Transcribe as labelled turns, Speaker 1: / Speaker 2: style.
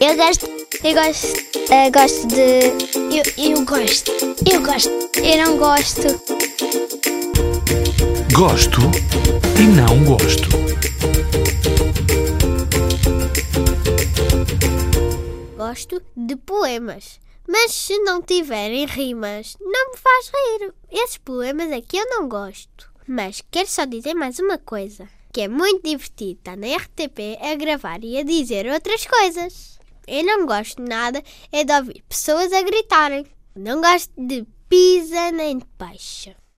Speaker 1: Eu gosto. Eu gosto.
Speaker 2: eh,
Speaker 1: Eu gosto de. Eu, eu gosto. Eu gosto. Eu não gosto.
Speaker 3: Gosto e não gosto.
Speaker 2: Gosto de poemas. Mas se não tiverem rimas, não me faz rir. Esses poemas aqui eu não gosto. Mas quero só dizer mais uma coisa. Que é muito divertido estar na RTP a gravar e a dizer outras coisas. Eu não gosto de nada é de ouvir pessoas a gritarem. Não gosto de pizza nem de peixe.